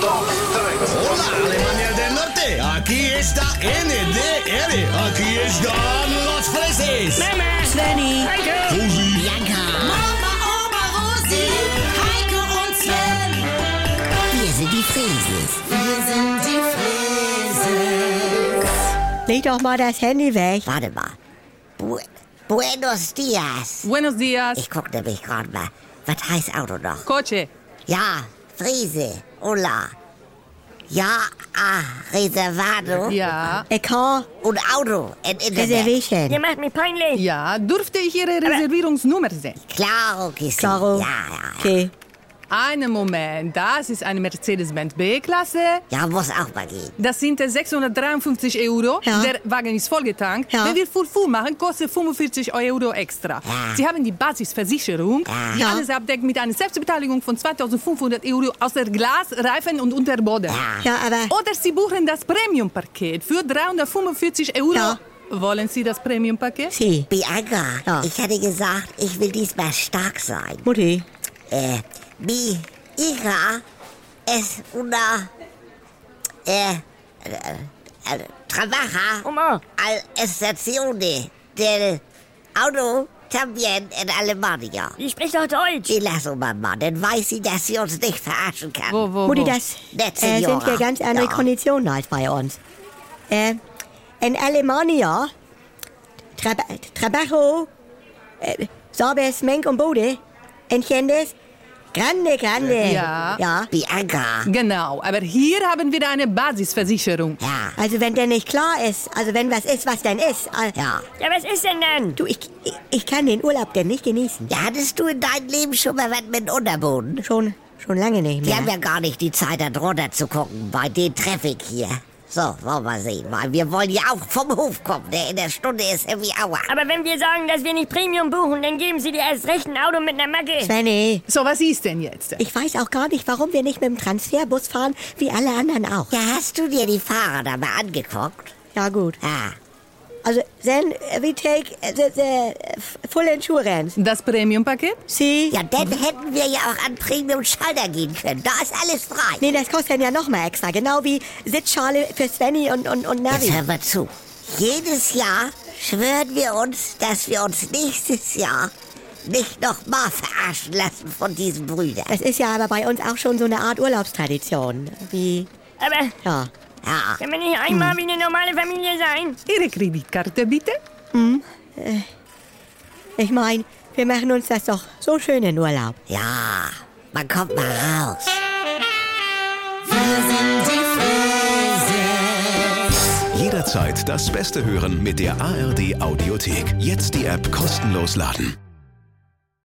Hola, Alemania del Norte. Aquí está NDR. Aquí están los freses. Mama, Svenny, Heike, Rosi. Bianca. Mama, Oma, Rosi, Heike und Sven. Wir sind die Frieses. Wir sind die Friesen. Leg doch mal das Handy weg. Warte mal. Bu Buenos Dias. Buenos dias, Ich guck nämlich gerade mal. Was heißt Auto noch? Coche. Ja, Friese. Hola. Ja, ah, Reservado. Ja, Ekor, Und Auto. Und Internet. Reservation. Ihr macht mich peinlich. ja. Dürfte ich Ihre Reservierungsnummer sehen? Claro que sí. Claro. Ja, ja. Okay. Einen Moment. Das ist eine Mercedes-Benz B-Klasse. Ja, muss auch mal gehen. Das sind 653 Euro. Ja. Der Wagen ist vollgetankt. Ja. Wenn wir Full Full machen, kostet 45 Euro extra. Ja. Sie haben die Basisversicherung. Ja. Ja. Alles abdeckt mit einer Selbstbeteiligung von 2500 Euro außer Glas, Reifen und Unterboden. Ja, aber Oder Sie buchen das Premium-Paket für 345 Euro. Ja. Wollen Sie das Premium-Paket? sie, Bianca, Ja. ich hätte gesagt, ich will diesmal stark sein. Mutti, Äh, mi hija es una äh, äh, äh, trabaja Oma, al estacione del auto también en Alemania. ich spreche doch Deutsch. Die lass uns mal, Mann, dann weiß sie, dass sie uns nicht verarschen kann. Wo, wo, Mutti, wo? das Letzte äh, sind Jahre. ja ganz andere Ja. Konditionen als bei uns. Äh, in Alemania, Tra Trabajo, äh, Sabes, Menk und Bode, entiendes? Grande, grande. Ja. Ja. Bianca, Genau, aber hier haben wir eine Basisversicherung. ja, Also wenn der nicht klar ist, also wenn was ist, was denn ist. äh, ja. Ja, was ist denn denn? Du, ich, ich, ich kann den Urlaub denn nicht genießen. Ja, hattest du in deinem Leben schon mal was mit Unterboden? Schon, schon lange nicht Wir mehr. haben ja gar nicht die Zeit, da drunter zu gucken, bei dem Traffic hier. So, wollen wir sehen, weil wir wollen ja auch vom Hof kommen, der in der Stunde ist irgendwie Aua. Aber wenn wir sagen, dass wir nicht Premium buchen, dann geben sie dir erst recht ein Auto mit einer Macke. Svenny, So, was ist denn jetzt? ich weiß auch gar nicht, warum wir nicht mit dem Transferbus fahren, wie alle anderen auch. Ja, hast du dir die Fahrer da mal angeguckt? Ja, gut. Ah, Also, then we take äh, the, the f- full insurance. Das Premium-Paket? See? ja, dann hätten wir ja auch an Premium-Schalter gehen können. Da ist alles frei. Nee, das kostet dann ja nochmal extra. Genau wie Sitzschale für Svenny und, und, und Jetzt Navi. hör mal zu. Jedes Jahr schwören wir uns, dass wir uns nächstes Jahr nicht nochmal verarschen lassen von diesen Brüdern. Das ist ja aber bei uns auch schon so eine Art Urlaubstradition. Wie, Aber ja. Ja, können wir nicht einmal wie eine normale Familie sein? Ihre Kreditkarte bitte? Ich meine, wir machen uns das doch so schön in Urlaub. ja, man kommt mal raus. Jederzeit das Beste hören mit der ARD Audiothek. Jetzt die App kostenlos laden.